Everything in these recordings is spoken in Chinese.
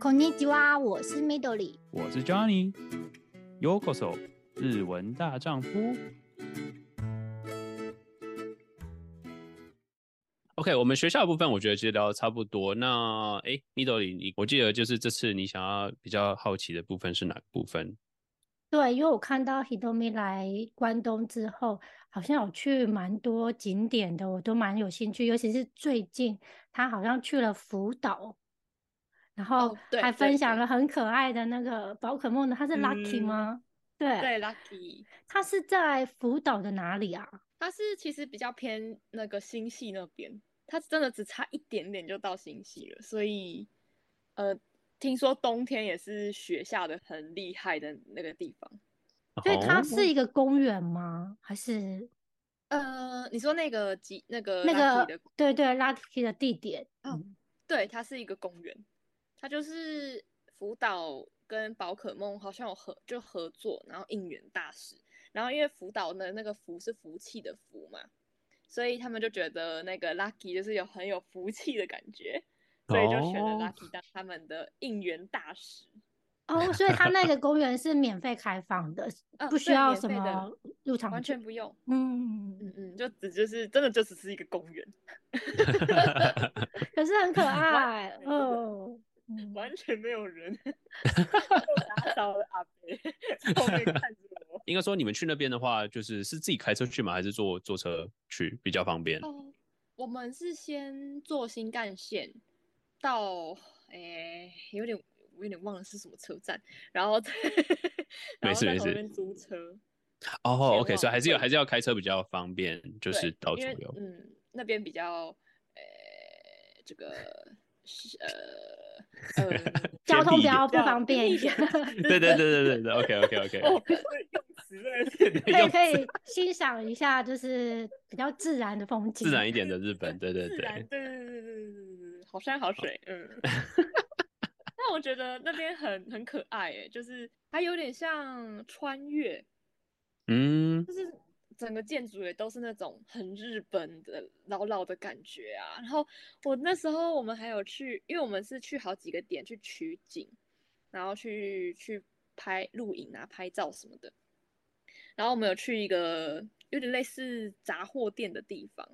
こんにちは，我是 Midori。我是 Johnny。Yokoso，日文大丈夫。OK，我们学校的部分我觉得其实聊的差不多。那哎 m i d o r i 你我记得就是这次你想要比较好奇的部分是哪个部分？对，因为我看到 Hitomi 来关东之后，好像有去蛮多景点的，我都蛮有兴趣，尤其是最近他好像去了福岛，然后哦对还对分享对了很可爱的那个宝可梦的，他是 Lucky 嗯吗？对，对，Lucky，他是在福岛的哪里啊？它是其实比较偏那个星系那边，它真的只差一点点就到星系了，所以呃，听说冬天也是雪下的很厉害的那个地方。所以它哦是一个公园吗？还是呃，你说那个几那个那呃 Lucky 个的，对对 Lucky 的地点？哦嗯对，它是一个公园，它就是福岛跟宝可梦好像有合就合作，然后应援大使，然后因为福岛的那个福是福气的福嘛，所以他们就觉得那个 Lucky 就是有很有福气的感觉，所以就选了哦 Lucky 当他们的应援大使。哦，所以它那个公园是免费开放的，嗯不需对要免什费的么入场完券全不用，嗯，嗯嗯，就只就是真的就只是一个公园，可是 很可爱全不用哦。嗯完全没有人， 就打扫了阿伯 在后面看着我。应该说你们去那边的话，就是是自己开车去吗？还是坐坐车去比较方便？哦，我们是先坐新干线到，诶、有点我有点忘了是什么车站，然后再然没后事在没旁事边租车，哦、前 o k 所以往还是有会还是要开车比较方便，就是对到因左为右。嗯，那边比较，诶、这个是 呃呃，交通地比一点较不比较方 便便利 一点， 对对对对对对，OK OK OK，啊哦，这个用词真 的是可以用可以欣赏一下，就是比较自然的风景。自然一点的日本，对对 自然，对，对对对对对对对对，好山好水， 嗯。但我觉得那边很很可爱，哎，就是它有点像穿越，嗯，就是整个建筑也都是那种很日本的老老的感觉啊。然后我那时候我们还有去，因为我们是去好几个点去取景，然后去去拍录影啊、拍照什么的。然后我们有去一个有点类似杂货店的地方，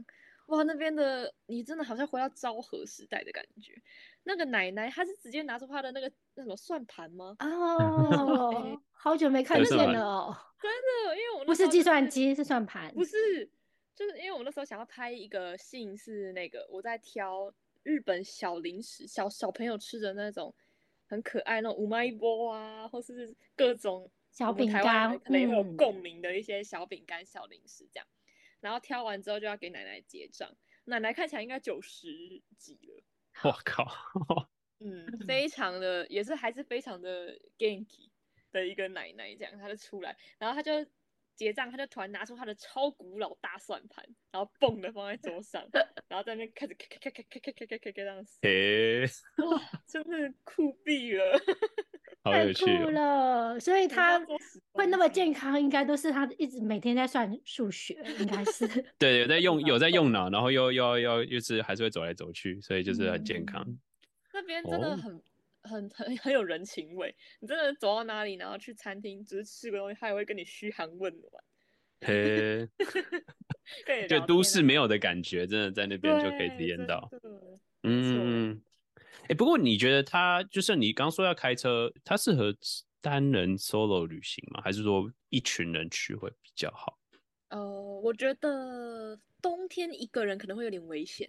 哇，那边的你真的好像回到昭和时代的感觉。那个奶奶她是直接拿出她的那个那什么算盘吗？哦， 好久没看对是见蛮了哦，真的，因为我那不时是候计就算机，是算盘。不是，就是因为我那时候想要拍一个信，是那个我在挑日本小零食，小小朋友吃的那种很可爱那种五麦波啊，或是各种小我们饼台湾人干可能也会有嗯共鸣的一些小饼干、小零食这样。然后挑完之后就要给奶奶结账，奶奶看起来应该九十几了，我靠，嗯，非常的也是还是非常的 ganky 的一个奶奶这样，她就出来，然后她就结账，她就突然拿出她的超古老大算盘，然后蹦的放在桌上，然后在那边开始咔咔咔咔咔咔咔咔咔这样撕，诶、真的酷毙了，好太有酷趣哦，了，所以很像他做时会装那么机健康，应该都是他一直每天在算数学，应该是 对，有在用有在脑用脑，然后又又又又是还是会走来走去，所以就是很健康。嗯那边真的哦很、很很很有人情味，你真的走到哪里，然后去餐厅只是吃个东西，他也会跟你嘘寒问暖，诶、 跟你就聊都天市啊没有的感觉，真的在那边就可以体对验真到。的没错嗯，哎、不过你觉得它就是你刚说要开车，它适合单人 solo 旅行吗？还是说一群人去会比较好？呃，我觉得冬天一个人可能会有点危险，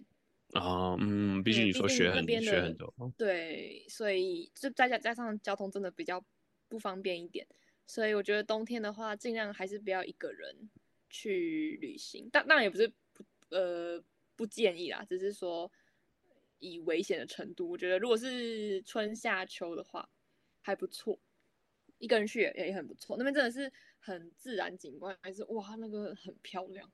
哦，嗯，毕对竟你毕说竟学那很边学的很多，对，所以就再加加上交通真的比较不方便一点，所以我觉得冬天的话，尽量还是不要一个人去旅行，但当然也不是不呃不建议啦，只是说以危险的程度，我觉得如果是春夏秋的话还不错，一个人去也也很不错，那边真的是很自然景观，还是哇那个很漂亮。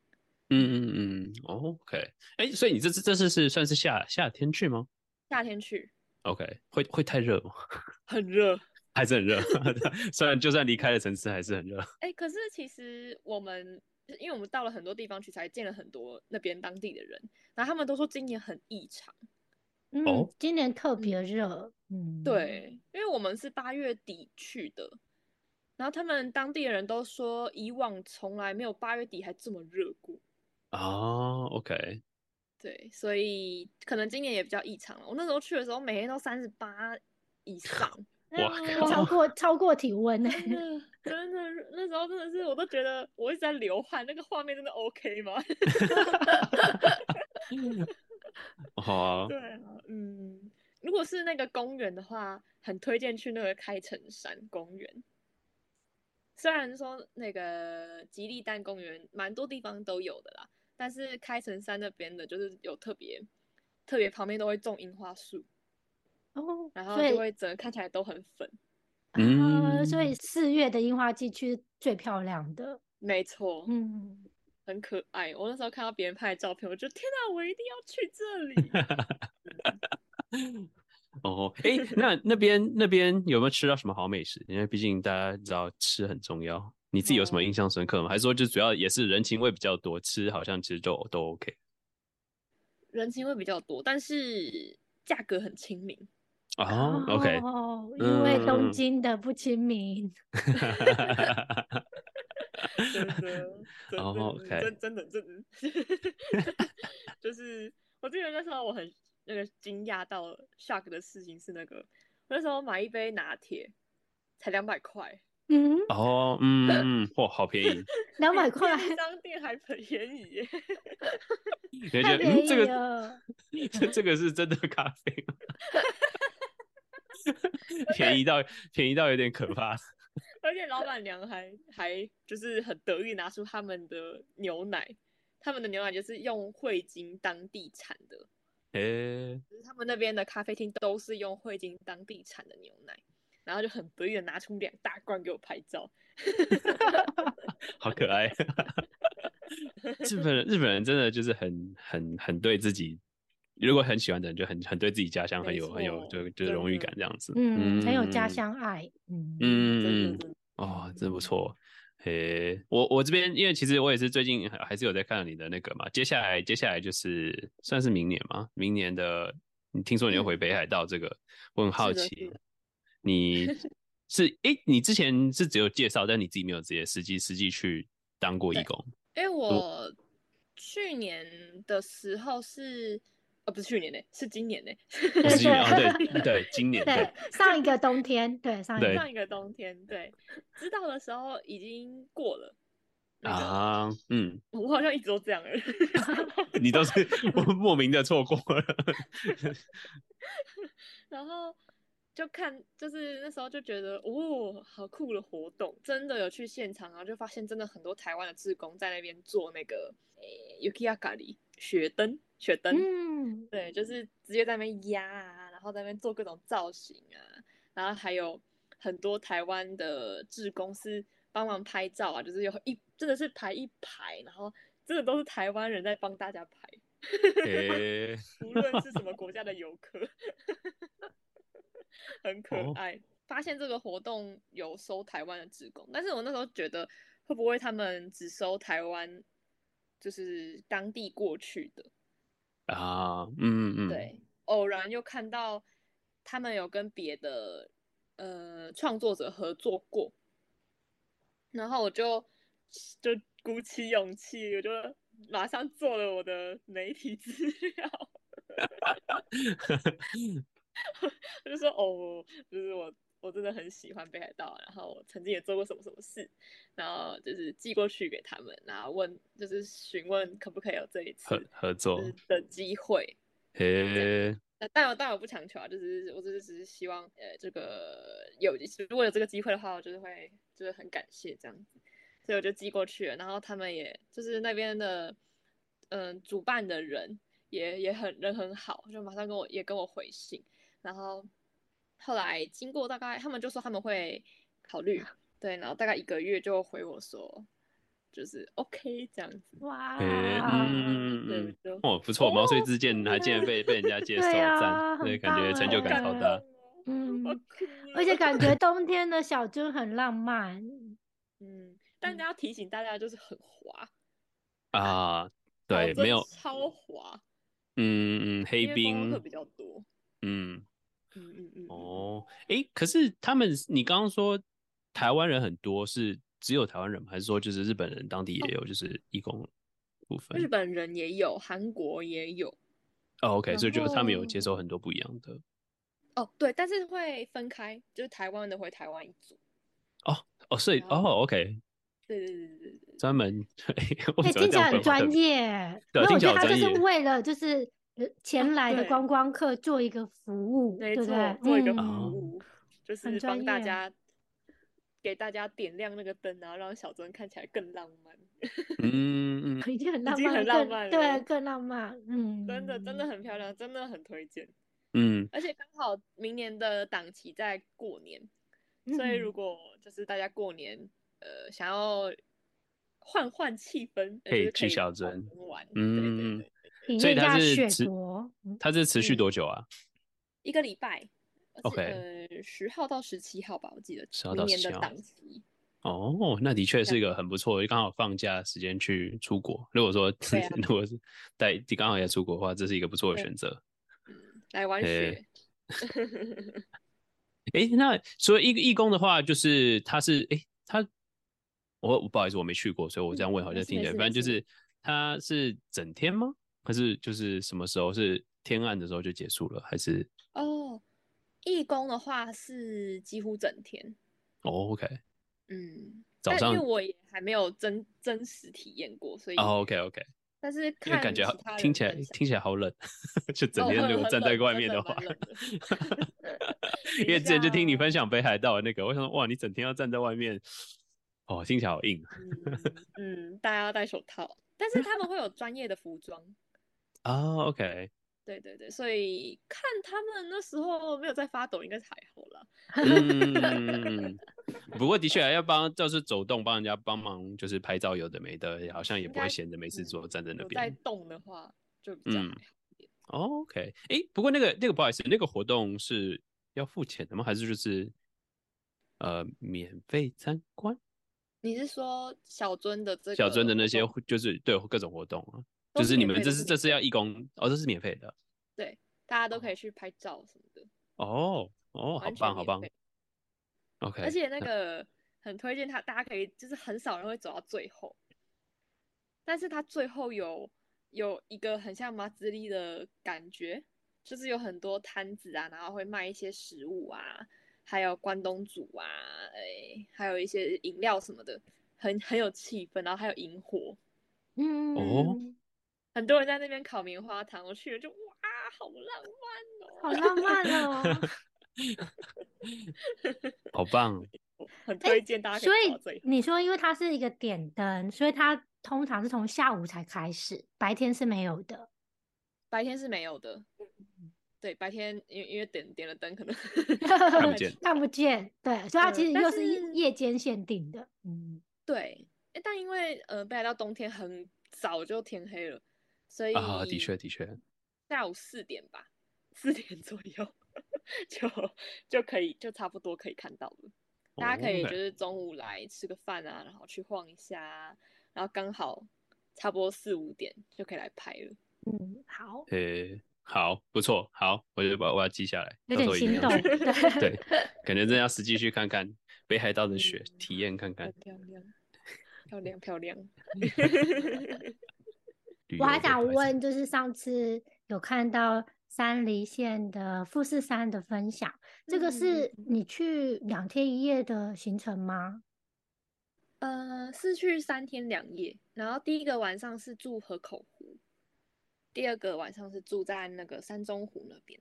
嗯嗯嗯哦，OK，哎、所以你这次这次是算是夏夏天去吗夏天去？OK，会会太热吗？ 很热，还是很热， 虽然就算离开了城市，还是很热。哎、可是其实我们，因为我们到了很多地方去，才见了很多那边当地的人，然后他们都说今年很异常，嗯，哦今年特别热，嗯，，对，因为我们是八月底去的，然后他们当地的人都说，以往从来没有八月底还这么热过。啊，OK，对，所以可能今年也比较异常了。我那时候去的时候，每天都三十八以上，哇嗯 超过超过体温呢、真的真的，那时候真的是我都觉得我一直在流汗，那个画面真的 OK 吗？好啊，对啊，嗯，如果是那个公园的话，很推荐去那个开城山公园。虽然说那个吉利丹公园蛮多地方都有的啦，但是开城山那边的就是有特别，特别旁边都会种樱花树，哦，然后所以就会整个看起来都很粉。啊，所以嗯四月的樱花季区是最漂亮的，没错，嗯，很可爱。我那时候看到别人拍的照片，我就天哪，我一定要去这里。哦，哎，那那边那边有没有吃到什么好美食？因为毕竟大家知道吃很重要。你自己有什么哦印象深刻吗？还是说就主要也是人情味比较多，吃好像其实都都 OK 人情味比较多，但是价格很亲民。哦，OK， 哦，因为嗯嗯嗯东京的不亲民，真的，真的哦，OK 真真的真 的，就是我记得那时候我很那个惊讶到 shock 的事情是那个，我那时候买一杯拿铁才两百块，嗯，哦，嗯嗯，嗯哇，好便宜，两百比块便利商店还便宜耶，你会觉得太嗯，便宜这个了，这这个是真的咖啡吗？ 便宜到便宜到有点可怕。而且老板娘还还就是很得意拿出他们的牛奶，他们的牛奶就是用汇金当地产的，诶，就是他们那边的咖啡厅都是用汇金当地产的牛奶，然后就很得意的拿出两大罐给我拍照。好可爱。日本人日本人真的就是很很很对自己，如果很喜欢的人，就很很对自己家乡很没有很有错就就真荣誉的感这样子。嗯，很有家。乡爱，嗯嗯真的嗯真嗯的哦，真不错。诶，我我这边因为其实我也是最近还还是有在看你的那个嘛，接下来接下来就是算是明年嘛，明年的你听说你要回嗯北海道这个，我很好是的是奇的， 你是诶，你之前是只有介绍，但你自己没有直接实际实际去当过义对工因为我去年的时候是，呃，不是去年呢、是今年呢、不对是今年 对哦，对对，今年对对，上一个冬天，对，上一对个，上一个冬天，对，知道的时候已经过了。那个、啊，嗯，我好像一直都这样欸你都是我莫名的错过 了， 然后就看，就是那时候就觉得，哦，好酷的活动，真的有去现场，然后就发现真的很多台湾的志工在那边做那个诶 yukiyakari 雪灯，雪灯，嗯，对，就是直接在那边压啊，然后在那边做各种造型啊，然后还有很多台湾的志工是帮忙拍照啊，就是有一真的是排一排，然后真的都是台湾人在帮大家拍，诶、无论是什么国家的游客， 很可哦爱。发现这个活动有收台湾的职工，但是我那时候觉得会不会他们只收台湾，就是当地过去的？啊，嗯嗯，对，偶然又看到他们有跟别的呃创作者合作过，然后我就就鼓起勇气，我就马上做了我的媒体资料。 我就说哦，就是我我真的很喜欢北海道，然后我曾经也做过什么什么事，然后就是寄过去给他们，然后问就是询问可不可以有这一次 合合作就，是的机会。诶、呃，但我但我不强求啊，就是我只是只是希望，呃，这个有如果有这个机会的话，我就是会就是很感谢这样子，所以我就寄过去了。然后他们也就是那边的，嗯、主办的人也也很人很好，就马上跟我也跟我回信。然后后来经过大概，他们就说他们会考虑，对，然后大概一个月就回我说，就是 OK 这样子，哇，诶、嗯嗯对，我嗯，就哦，不错，毛遂哦自荐还竟然被被人家接受，对啊赞，很对，感觉棒成就哎感超哦很大。 嗯我哭了而且感觉冬天的小樽很浪漫，嗯，但要提醒大家，就是很滑，啊，对，真没有超滑，嗯嗯，黑因为观光冰客，比较多。嗯嗯嗯嗯，嗯，哦，诶，可是他们，你刚刚说台湾人很多，是只有台湾人吗？还是说就是日本人当地也哦有，就是义工部分？日本人也有，韩国也有。哦，OK，然所以就是他们有后接收很多不一样的。哦，对，但是会分开，就是台湾的回台湾一组。哦，所以然哦后，OK，对对对对对专门， 我哎，怎么听这起来样分很法特专别？业，对啊没有，听我起觉来得好他专就是业为了就是呃前来的啊对观光客做一个服务，没对不对错，？做一个服哦嗯，务，就很是专帮大业家给大家点亮那个灯啊，让小樽看起来更浪漫。嗯嗯， 已经很已浪经漫，很更浪漫对，了更浪漫，真的真的嗯，很漂亮，真的很推荐。嗯，而且刚好明年的档期在过年，所以嗯，如果就是大家过年呃想要换换气氛，可呃就以是可去以小小樽，樽玩。对对嗯，对，体所以验一它下是雪持，国，嗯它是持续嗯，多久啊一个礼拜，呃是？OK，呃十号到十七号吧，我记得十号明到年十的七号。档期。哦，那的确对是一个很不错，刚好放假的时间去出国。如果说对啊， 如果是带刚好要出国的话，这是一个不错的对，选择。嗯，来玩诶、雪。诶，那所以义义工的话，就是他是诶，他我不好意思，我没去过，所以我这嗯，样问好没像事听没起来，事反没正就事。是他是整天吗？还是就是什么时候是天暗的时候就结束了？还是哦，义工的话是几乎整天。哦，OK，嗯，早但因为上我也还没有真真实体验过，所以，哦，OK OK，但是因为感看觉好其他听人起来分享，听起来好冷， 就整哦， 天如很果很站在冷，外真面的的蛮话，冷的。 因零为之前就听你分下，哦享北海道的那个，我想说哇，你整天要站在外面，哦，听起来好硬嗯嗯，大家要戴手套，但是他们会有专业的服装，啊。哦，OK， 对对对，所以看他们那时候没有在发抖，应该是还好啦。嗯，不过的确啊要帮，就是走动帮人家帮忙，就是拍照有的没的，好像也应不会该，闲着没事嗯，做站在那有在边。动的话就比较还嗯好一点。哦，OK，诶，不过那个那个不好意思，那个活动是要付钱的吗？还是就是呃免费参观？你是说小樽的这小樽个的那活些动互就是对各种活动啊，都就是是你免们费，这都是是这免是要费，义工哦，这是免费的对，大家都可哦以去拍照什么的，哦哦，好完全棒好免棒费。而，OK，且那那个很推荐他，大家可以就是很少人会走到最后，但是他最后有有一个很像马自立的感觉，就是有很多摊子啊，然后会卖一些食物啊，还有关东煮啊，哎，还有一些饮料什么的，很很有气氛，然后还有萤火，哦嗯，很多人在那边烤棉花糖，我去了就哇，好浪漫哦，好浪漫哦。好棒哦很哎，推 荐大家可所以走到以最后。你说，因为它是一个点灯，所以它通常是从下午才开始，白天是没有的。白天是没有的，对，白天因为因为点点了灯，可能看看不不太 见清看不见，对，所以它其嗯，实但又是是夜夜间限定的，嗯，对，诶但因为呃，北海道冬天很早就天黑了，所啊，的以确的确，下午四点吧，四点左右就就可以，就差不多可以看到了。大哦家可以就，OK，是中午来吃个饭啊，然后去晃一下啊，然后刚好差不多四五点就可以来拍了。嗯，好，诶，好，不错，好，我就把我要记下来，有到时候一定点心要去。动，对， 对，感觉真的要实际去看看北海道的雪，嗯，体验看很看漂亮，漂亮 漂亮。 旅我还游的想白色。问，就是上次有看到山梨县的富士山的分享，这个嗯嗯是嗯。你去两天一夜的行程吗？呃，是去三天两夜，然后第一个晚上是住河口湖，第二个晚上是住在那个山中湖那边，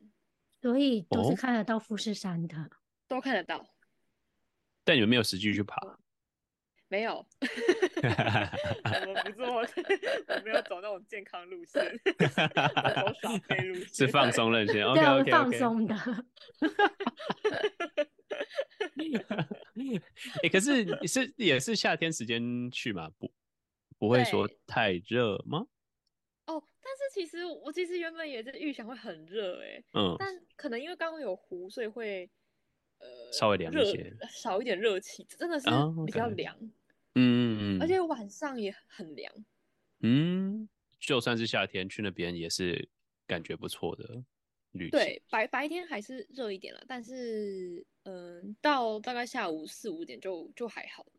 所以都是哦，看得到富士山的。都看得到。但你们没有实际去爬。没有， 我们不做，我没有走那种健康路线， 我走耍废路是线。放松任 性对，啊，OK 我们 OK 放 OK。松的， 哎、可是是也是夏天时间去嘛，不不会说对，太热吗？哦，但是其实我其实原本也是预想会很热诶，嗯，但可能因为刚刚有湖，所以会呃稍微凉一热些嗯少一点热气，真的啊是比，OK，较凉，而嗯且晚上也很凉。嗯，就算是夏天去那边也是感觉不错的旅行。对，白白天还是热一点了，但是嗯，到大概下午四五点就就还好了。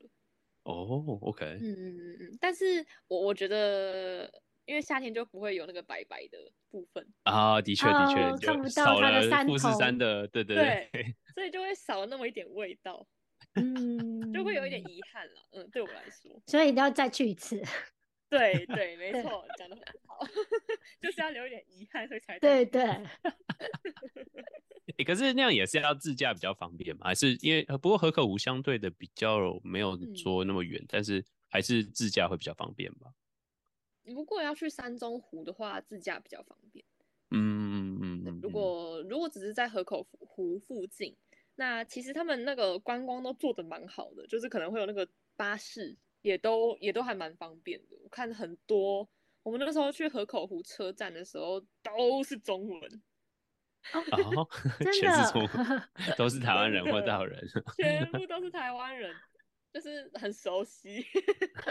哦，OK、嗯嗯嗯嗯，但是我我觉得，因为夏天就不会有那个白白的部分，啊，的确的确，哦你就看不到少它的了山富士头山的，对对对对， 所以就会少了那么一点味道，嗯，就会有一点遗憾了。嗯，对我来说，所以一定要再去一次。 对对，没对错，讲的很好， 就是要留一点遗憾，所以才对对 对，欸可是那样也是要自驾比较方便嘛？还是因为呃不过河口湖相对的比较没有嗯说那么远，但是还是自驾会比较方便吧？如果要去山中湖的话，自驾比较方便。嗯嗯嗯对嗯，如嗯果如果只是在河口湖湖附近，那其实他们那个观光都做的蛮好的，就是可能会有那个巴士，也都也都还蛮方便的。我看很多，我们那时候去河口湖车站的时候都是中文，哦， 真全的是 中文 都是台湾人真或的大陆人， 全部都是台湾人，就是很熟悉。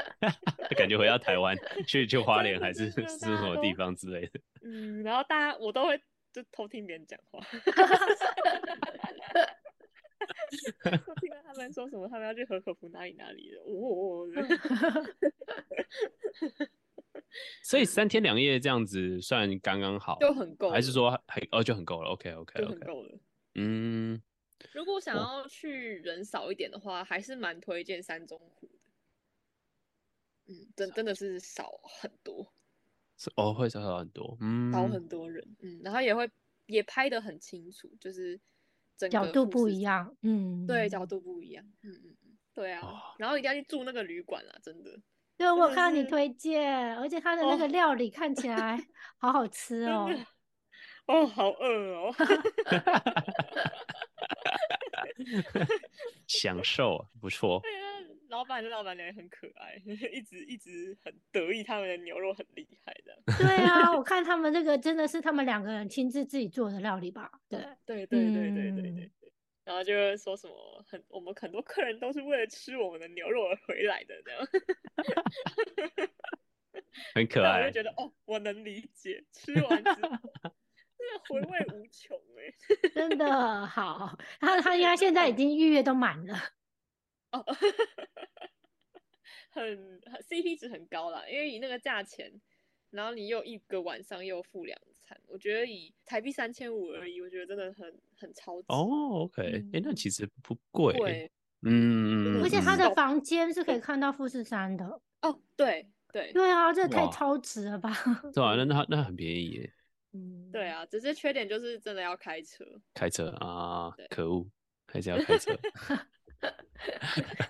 感觉回到台湾去去花真莲的还是真的是大什家么地都方之类的。嗯，然后大家我都会就偷听别人讲 话， 就听到他们说什么他们要去河口湖哪里哪里的，哦，嗯所以三天两夜这样子算刚刚好，就很够了，还是说还哦就很够了？OK OK 就很 OK，够了。嗯，如果想哇要去人少一点的话，还是蛮推荐山中湖的。嗯，真真的是少很多，是哦会少少很多，嗯，少很多人。嗯，然后也会也拍得很清楚，就是整角个度富不士一，样，嗯，对，角。度不一样。嗯嗯嗯，对啊。哦然后一定要去住那个旅馆啦，真的，对，我真的看到你是推荐，而且它的那哦个料理看起 来好好吃真哦。的。哦，好饿哦。 享受啊不错。对啊，老板的老板娘也很可爱， 一直一直很得意，他们的牛肉很厉害的。对啊， 我看他们这个真的是他们两个人亲自自己做的料理吧？对，对对对对对嗯对对。然后就会说什么很，我们很多客人都是为了吃我们的牛肉而回来的这样，很 可那我就爱。觉得哦，我能理解，吃完之后真的回味无穷哎、真 的好。他他应该现在已经预约都满了。哦， 很很 CP 值很高啦，因为以那个价钱，然后你又一个晚上又付两餐，我觉得以台币三千五而已，我觉得真的很很超值哦，OK，哎、诶那嗯其实不贵。对嗯，嗯而且他嗯的嗯房间是可以看到富士山的。哦，对对对啊，这太哇超值了吧？对啊，那那那很便宜耶，嗯，对。啊，只是缺点就是真的要开车。开车啊对，可恶，还是要开车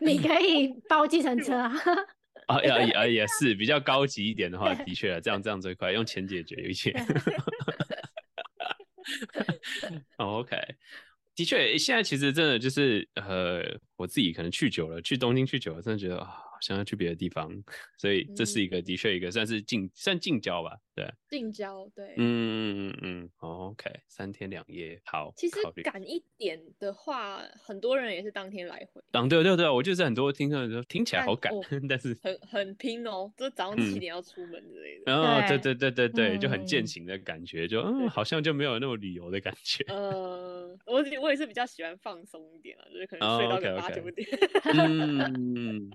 你可以包计程车啊。 啊，也也啊也是比较高级一点的话，对的确啊，这样这样最快，用钱解决一切。哦 OK，的确，现在其实真的就是呃，我自己可能去久了，去东京去久了，真的觉得啊，好像要去别的地方，所以这是一嗯个的确一个算是近算近郊吧，对。近郊，对，嗯嗯嗯嗯哦，OK，三天两夜，好，其实考虑。赶一点的话，很多人也是当天来回，啊，对对对，我就是很多听众说听起来但好赶哦， 但是，很很拼哦，就早上嗯七点要出门之类的。哦，对对对对对对，就很嗯践行的感觉，就嗯，对好像就没有那么旅游的感觉。呃，我也我也是比较喜欢放松一点啊，就是可哦能睡到个八，OK，OK 九点。 嗯，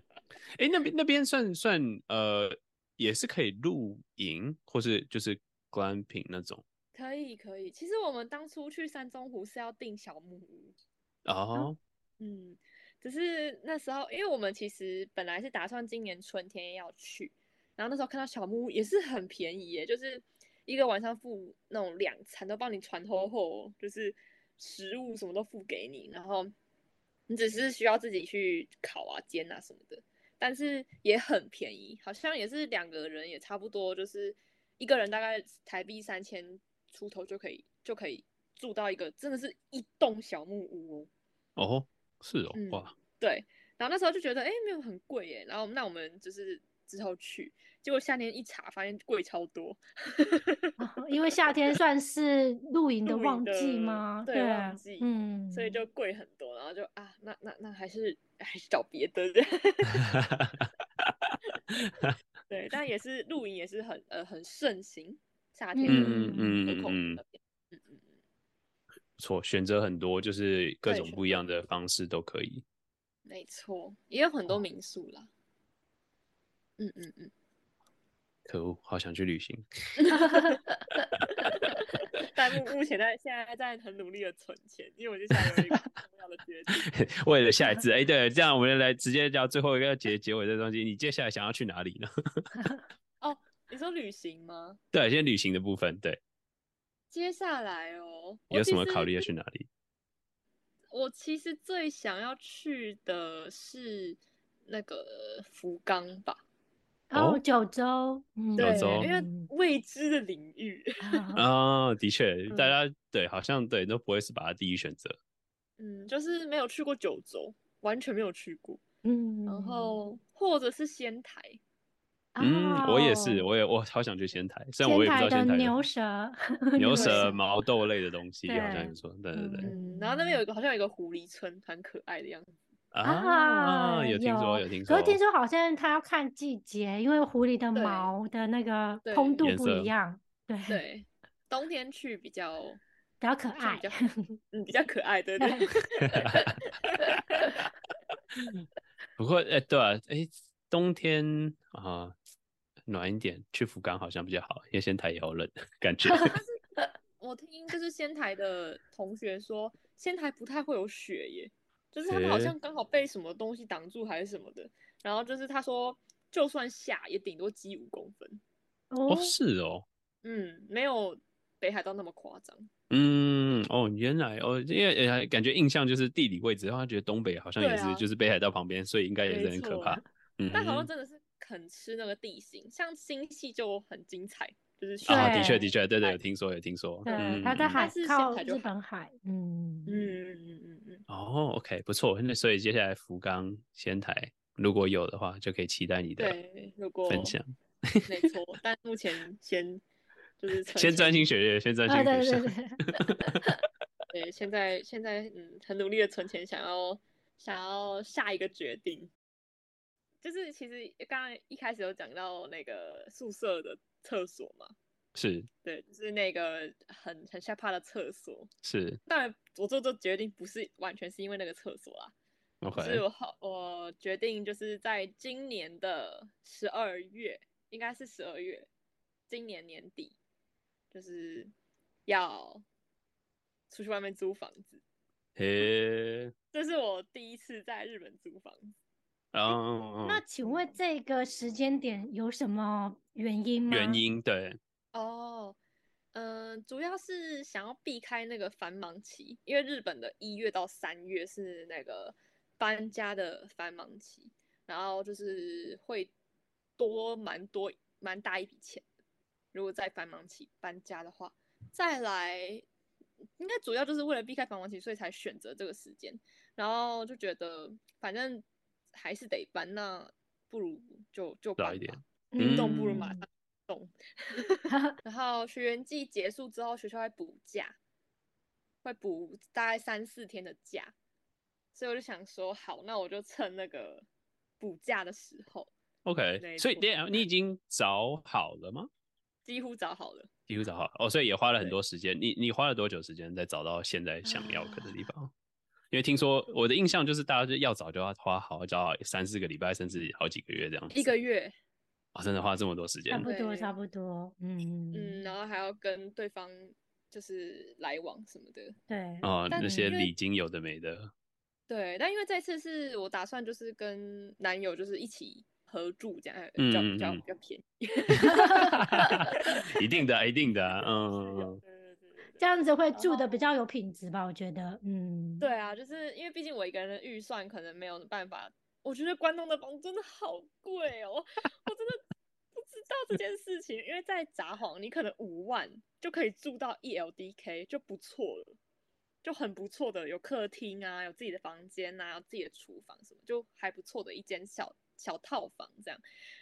哎，那边那边算算呃，也是可以露营，或是就是 glamping 那种。可以可以，其实我们当初去山中湖是要订小木屋，哦，嗯，只是那时候因为我们其实本来是打算今年春天要去，然后那时候看到小木屋也是很便宜耶，就是一个晚上付那种两餐都帮你传厚厚，就是食物什么都付给你，然后你只是需要自己去烤啊、煎啊什么的，但是也很便宜，好像也是两个人也差不多，就是一个人大概台币三千出头就可以就可以住到一个真的是一栋小木屋哦。哦，是哦，嗯哇，对，然后那时候就觉得，哎，没有很贵耶。然后那我们就是之后去，结果夏天一查，发现贵超多。哦因为夏天算是露营的露营旺季的吗？对旺季嗯，所以就贵很多，然后就啊，那那那还是还是找别的这样。 对，但也是露营也是很呃很盛行，夏天嗯嗯河口嗯那边，嗯嗯嗯，不错，选择很多，就是各对种选不一样的方式都可以。没错，也有很多民宿啦。嗯嗯嗯，可恶，好想去旅行。 但目目前在现在在很努力的存钱，因为我就想有一个重要的决定。 为了下一次，哎，对，这样我们来直接聊最后一个结结尾的东西。你接下来想要去哪里呢？ 你说旅行吗？对，先旅行的部分，对，接下来哦，我有什其么实考虑要去哪里？我其实最想要去的是那个福冈吧，哦哦，九州，嗯九对州，因为未知的领域。啊，啊、的确，大嗯家对好像对都不会是把它第一选择。嗯，就是没有去过九州，完全没有去过。嗯，然后或者是仙台，嗯，我也是，哦我也我好想去仙台，虽然仙我也不知道台仙的台 牛舌、，舌牛牛舌、舌毛豆类的东西，好像对也说，对对对，嗯，然后那边有一个好像有一个狐狸村，很可爱的样子。啊，有有听说，有听可说，是听说好像它要看季节，因为狐狸的对毛的那个对蓬度颜不色一样，对，对， 冬天去比较，比较可像爱比。较嗯比较可爱，对对。 不过，哎、对啊，哎、冬天啊、暖一点，去福冈好像比较好，因为仙台也好冷，感觉我听就是仙台的同学说，仙台不太会有雪耶，就是他们好诶像刚好被什么东西挡住还是什么的。然后就是他说，就算下也顶多积五公分，哦，哦，是哦，嗯，没有北海道那么夸张。嗯，哦，原来哦，因为呃，感觉印象就是地理位置，然后觉得东北好像对也是，啊就是北海道旁边，所以应该也是没很可错怕。嗯但好像哼，真的是肯吃那个地形，像新系就很精彩，就是雪啊，对的确，的确，对对，哎有听说，有听说。 对，嗯，它在嗯海但是仙靠台就日好本海，嗯嗯嗯嗯嗯嗯，哦，OK，不错。那所以接下来福冈、仙台，如果有的话，就可以期待你的对，如果啊分享。没错，但目前先就是 存先钱专心学业，先专心啊，对学对上。对，对，现在现在嗯，很努力的存钱，想要想要下一个决定。就是其实刚刚一开始有讲到那个宿舍的厕所嘛，是对，就是那个很很下怕的厕所。是当然，我做这决定不是完全是因为那个厕所啦， ，OK，所以我后我决定就是在今年的十二月，应该是十二月，今年年底，就是要出去外面租房子。诶，哦这是我第一次在日本租房子。然后那请问这个时间点有什么原因吗？原因对，哦，嗯，主要是想要避开那个繁忙期，因为日本的一月到三月是那个搬家的繁忙期，然后就是会多蛮多蛮大一笔钱，如果在繁忙期搬家的话，再来应该主要就是为了避开繁忙期，所以才选择这个时间，然后就觉得反正还是得搬，那不如就就早搬一点吧，嗯动不如马嗯上 动。然后学员季结束之后，学校会补假，会补大概三四天的假，所以我就想说，好，那我就趁那个补假的时候， OK，没所以错对啊，你已经找好了吗？几乎找好了。几乎找好了哦，所以也花了很对多时间。你你花了多久时间再找到现在想要的地啊方？因为听说我的印象就是大家就要找就要花好找好三四个礼拜，甚至好几个月这样子。一个月，哦，真的花这么多时间差不多，对差不多，嗯，嗯，然后还要跟对方就是来往什么的，对，哦，但那些因为礼金有的没 的，对。但因为这次是我打算就是跟男友就是一起合住，这样呃嗯比较嗯比较嗯比较便宜。 一定的啊，一定的啊，是有 嗯， 对对对对对这样子会住的后比较有品质吧，我觉得，嗯，对啊，就是因为毕竟我一个人的预算可能没有办法，我觉得关东的房子真的好贵哦，我真的不知道这件事情，因为在札幌你可能五万就可以住到 ELDK 就不错了，就很不错的，有客厅啊，有自己的房间啊，有自己的厨房什么，就还不错的一间小小套房这样。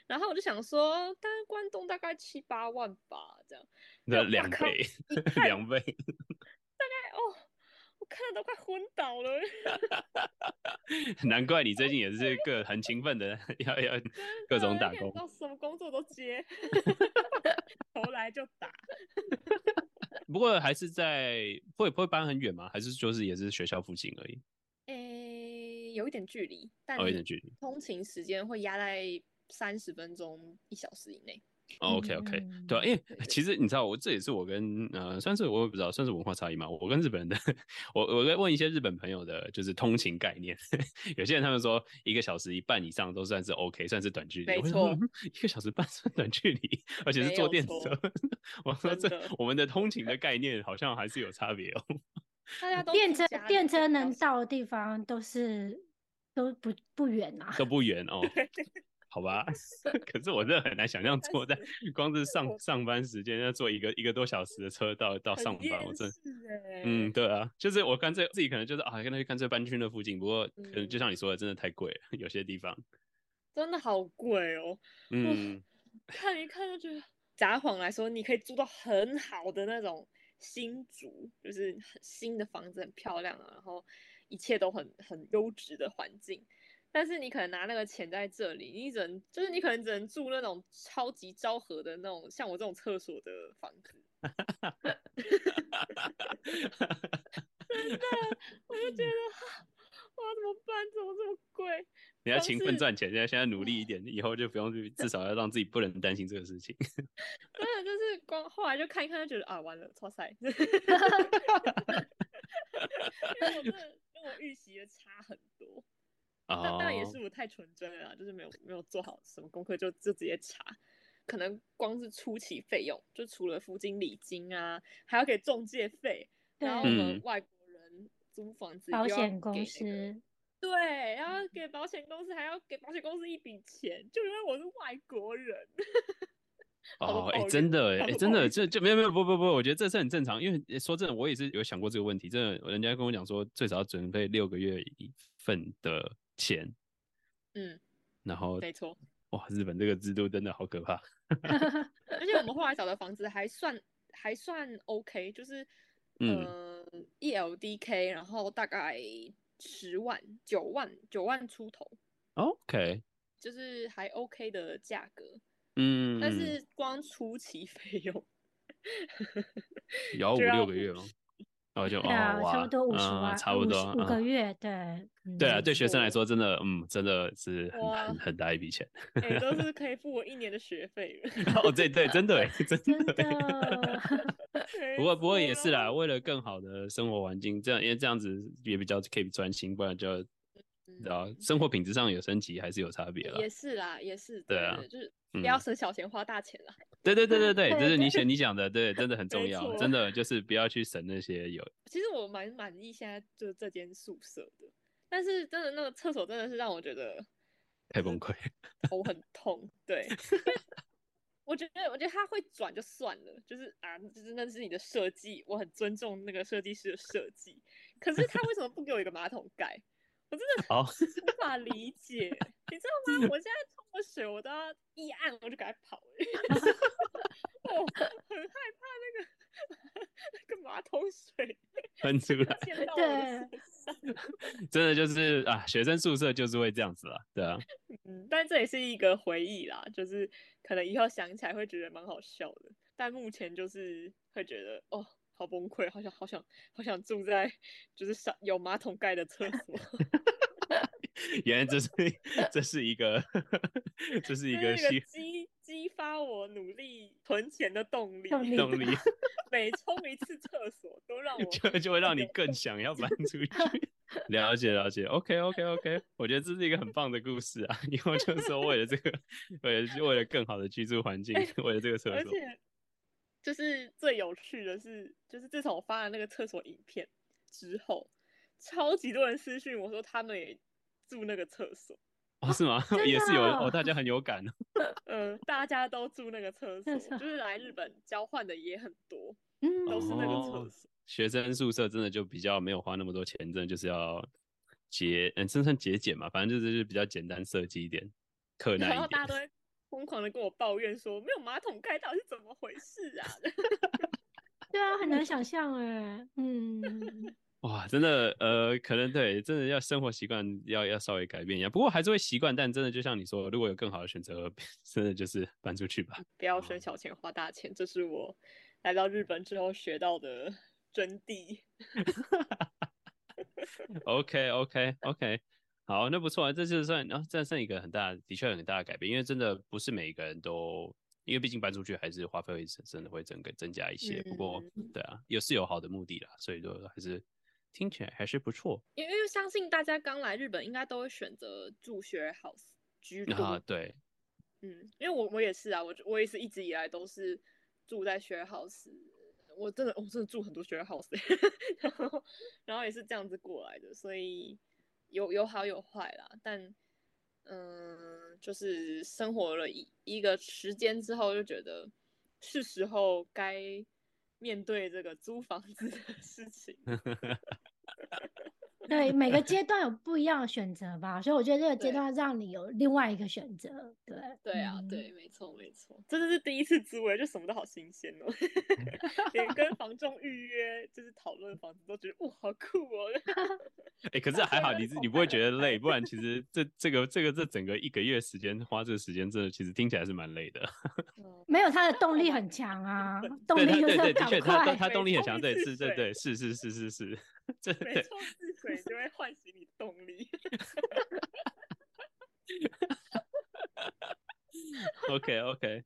然后我就想说，当然关东大概七八万吧，这样那哇两靠倍，一看两倍， 哎哦，我看的都快昏倒了。难怪你最近也 是个很勤奋的，要要各啊种打工，到什么工作 都接，头来就打。不过还是在会会搬很远吗？还是就是也是学校附近而已？诶、有一点距离，但哦，有点距离。通勤时间会压在三十分钟、一小时以内。 OK OK，嗯对啊，因为对对其实你知道，我这也是我跟呃，算是我也不知道，算是文化差异嘛。我跟日本人的，我我在问一些日本朋友的，就是通勤概念。 有些人他们说一个小时一半以上都算是 OK，算是短距离。没我想说错嗯一个小时半算短距离，而且是没坐有电错车。我说这真的我们的通勤的概念好像还是有差别哦。 大家都嗯电住车家里电比车较能少到的地方都是都不不远啊。都不远哦。好 吧，可是我真的很难想象坐在光是上我上班时间要坐一个一个多小时的车到到很上班，厌我真世欸嗯，对啊，就是我干脆自己可能就是啊，干脆干脆搬去那附近。不过可能就嗯像你说的，真的太贵了， 有些地方。真的好贵哦，嗯，看一看就觉得。札幌来说，你可以住到很好的那种新竹，就是很新的房子，很漂亮啊，然后一切都很很优质的环境。但是你可能拿那个钱在这里，你只能就是你可能只能住那种超级昭和的那种，像我这种厕所的房子。 我就觉得， 哈我要怎么办？怎么这么贵？你要光勤奋是赚钱，现在现在努力一点，以后就不用 去，至少要让自己不能担心这个事情。真的就是光后来就看一看，就觉得啊，完了，超塞。 因为我真的跟我预习的差很多， 但哦当，然也是我太纯真了啊啦，就是没有没有做好什么功课就就直接查。可能光是初期费用，就除了付金礼金啊，还要给中介费，然后我嗯们外国人租房子保又要险给公那司，嗯个对，然后给保险公司，还要给保险公司一笔钱，就因为我是外国人。好多哦，抱哎、怨真的、欸，哎、好多真抱的，怨这这没有没有不不不，我觉得这是很正常，因为说真的，我也是有想过这个问题。真的，人家跟我讲说，最少要准备六个月一份的钱，嗯，然后没错。哇，日本这个制度真的好可怕。而且我们后来找的房子还算还算 OK，就是嗯呃 ELDK，然后大概十万、九万、九万出头， OK，就是还 OK 的价格。嗯，但是光初期费 用，也要五就要六个月吗？哦，就对啊，哦差不多五十嗯万，差不多五十五个。嗯月，对，嗯对啊，对学生来我说，真的，嗯，真的是很哇很很大一笔 钱。哎、都是可以付我一年的学费了。哦，对对，真 的欸，真真的欸。 的，没不过不过错也是啦，然后为了更好的生活环境，这样因为这样子也比较可以专心，不然就啊嗯生活品质上有升级还是有差别啦。也是啦，也是对啊就是不要嗯省小钱花大钱啦。对对对对对，对这是你想你讲的，对，真的很重没要，错真的就是不要去省那些有其实我蛮满意现在就这间宿舍的，但是真的那个厕所真的是让我觉得太崩溃。 头很痛。对， 因为我觉得我觉得他会转就算了，就是啊，就是那是你的设计，我很尊重那个设计师的设计。可是他为什么不给我一个马桶盖？我真的好无法理解，你知道吗？我现在冲个水，我都要一按我就赶快跑、欸， 我很害怕那个 那个马桶水喷出来，溅到我的身上。真的就是啊，学生宿舍就是会这样子啦，对啊。嗯，但这也是一个回忆啦，就是可能以后想起来会觉得蛮好笑的，但目前就是会觉得哦，好崩溃，好想好想好想住在就是上有马桶盖的厕所，原来这是这是一个 这是一这个是一吸个激激发我努力存钱的动力。 动力动力，每冲一次厕所都让我 就就会让你有更想要搬出去。了解了解，OK OK OK，我觉得这是一个很棒的故事啊！ 以后就是说为了这个， 为了为了更好的居住环境，为了这个厕而所，且就是最有趣的是，就是自从我发了那个厕所影片之后，超级多人私讯我说他们也住那个厕所。哦是吗？ 真也是有的哦，大家很有感哦。嗯，大家都住那个厕厕所，所就是来日本交换的也很多，嗯，都是那个哦厕所。学生宿舍真的就比较没有花那么多钱，真的就是要节嗯，这算节俭嘛，反正就是比较简单设计一点，克难然后一点大家。都会疯狂的跟我抱怨说，没有马桶盖到底是怎么回事啊？ 对啊，很难想象哎，嗯，哇，真的，呃，可能对，真的要生活习惯要要稍微改变一下，不过还是会习惯。但真的就像你说，如果有更好的选择， 真的就是搬出去吧。不要省小钱花大钱，这是我来到日本之后学到的真谛。 OK OK OK，好，那不错啊，这就算，然、后这算一个很大，的确很大的改变，因为真的不是每个人都，因为毕竟搬出去还是花费会真的会整个增加一些。不过，对啊，有是有好的目的啦，所以就还是听起来还是不错因为相信大家刚来日本应该都会选择助学 house 居多。啊。对，嗯，因为我我也是啊，我我也是一直以来都是住在学 house，我真的我真的住很多学 house，然 后然后也是这样子过来的，所以有有好有坏啦，但嗯，就是生活了一一个时间之后，就觉得是时候该面对这个租房子的事情。对，每 个阶段有不一样的选择吧，所以我觉得这个阶段让你有另外一个选择。对，对啊，嗯，对，没错，没错，真的是第一次租诶，就什么都好新鲜哦， 连跟房仲预约就是讨论房子都觉得哇，好酷哦，哎、可是还好你是你不会觉得累，不然其实这这个这个这整个一个月时间花这个时间，真的其实听起来是蛮累的。 嗯 没有他的动力很强啊，动对力他就对是要对，的赶确他他快。他动力很强，对每冲是，一次对对水是是是是是，这每对冲刺水就会唤醒你的动力。 OK OK。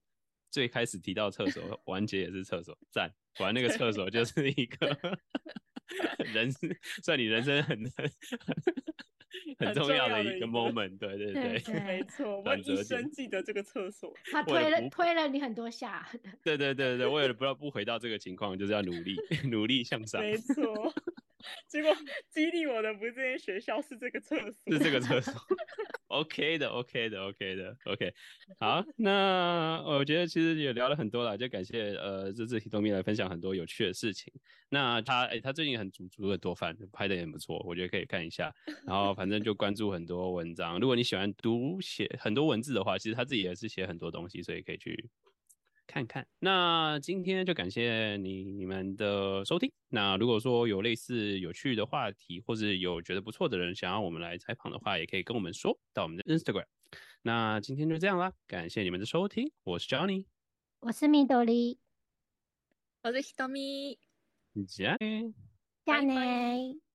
最开始提到厕所，完结也是厕所，赞！果然那个厕所就是一个 人生，算你人生很 很很重重要要的的一一个个 moment，对对对对 没错，我转折一点生记得这个厕所。 他为推了了不推了你很多下， 对对对对，为了不要不回到这个情况，就是要努力努力向上，没错， 结果激励我的不是这间学校，是这个厕所。是这 个厕所。OK 的，OK 的，OK 的，OK。好，那我觉得其实也聊了很多了，就感谢呃这次 Hitomi 来分享很多有趣的事情。那他哎、他最近很足足的多饭，拍的也很不错，我觉得可以看一下。然后反正就关注很多文章，如果你喜欢读写很多文字的话，其实他自己也是写很多东西，所以可以去看看。那今天就感谢你你们的收听。那如果说有类似有趣的话题，或是有觉得不错的人想要我们来采访的话，也可以跟我们说到我们的 Instagram。那今天就这样啦，感谢你们的收听，我是 Johnny，我是米朵梨，我是 Hitomi。加油。加拜拜内。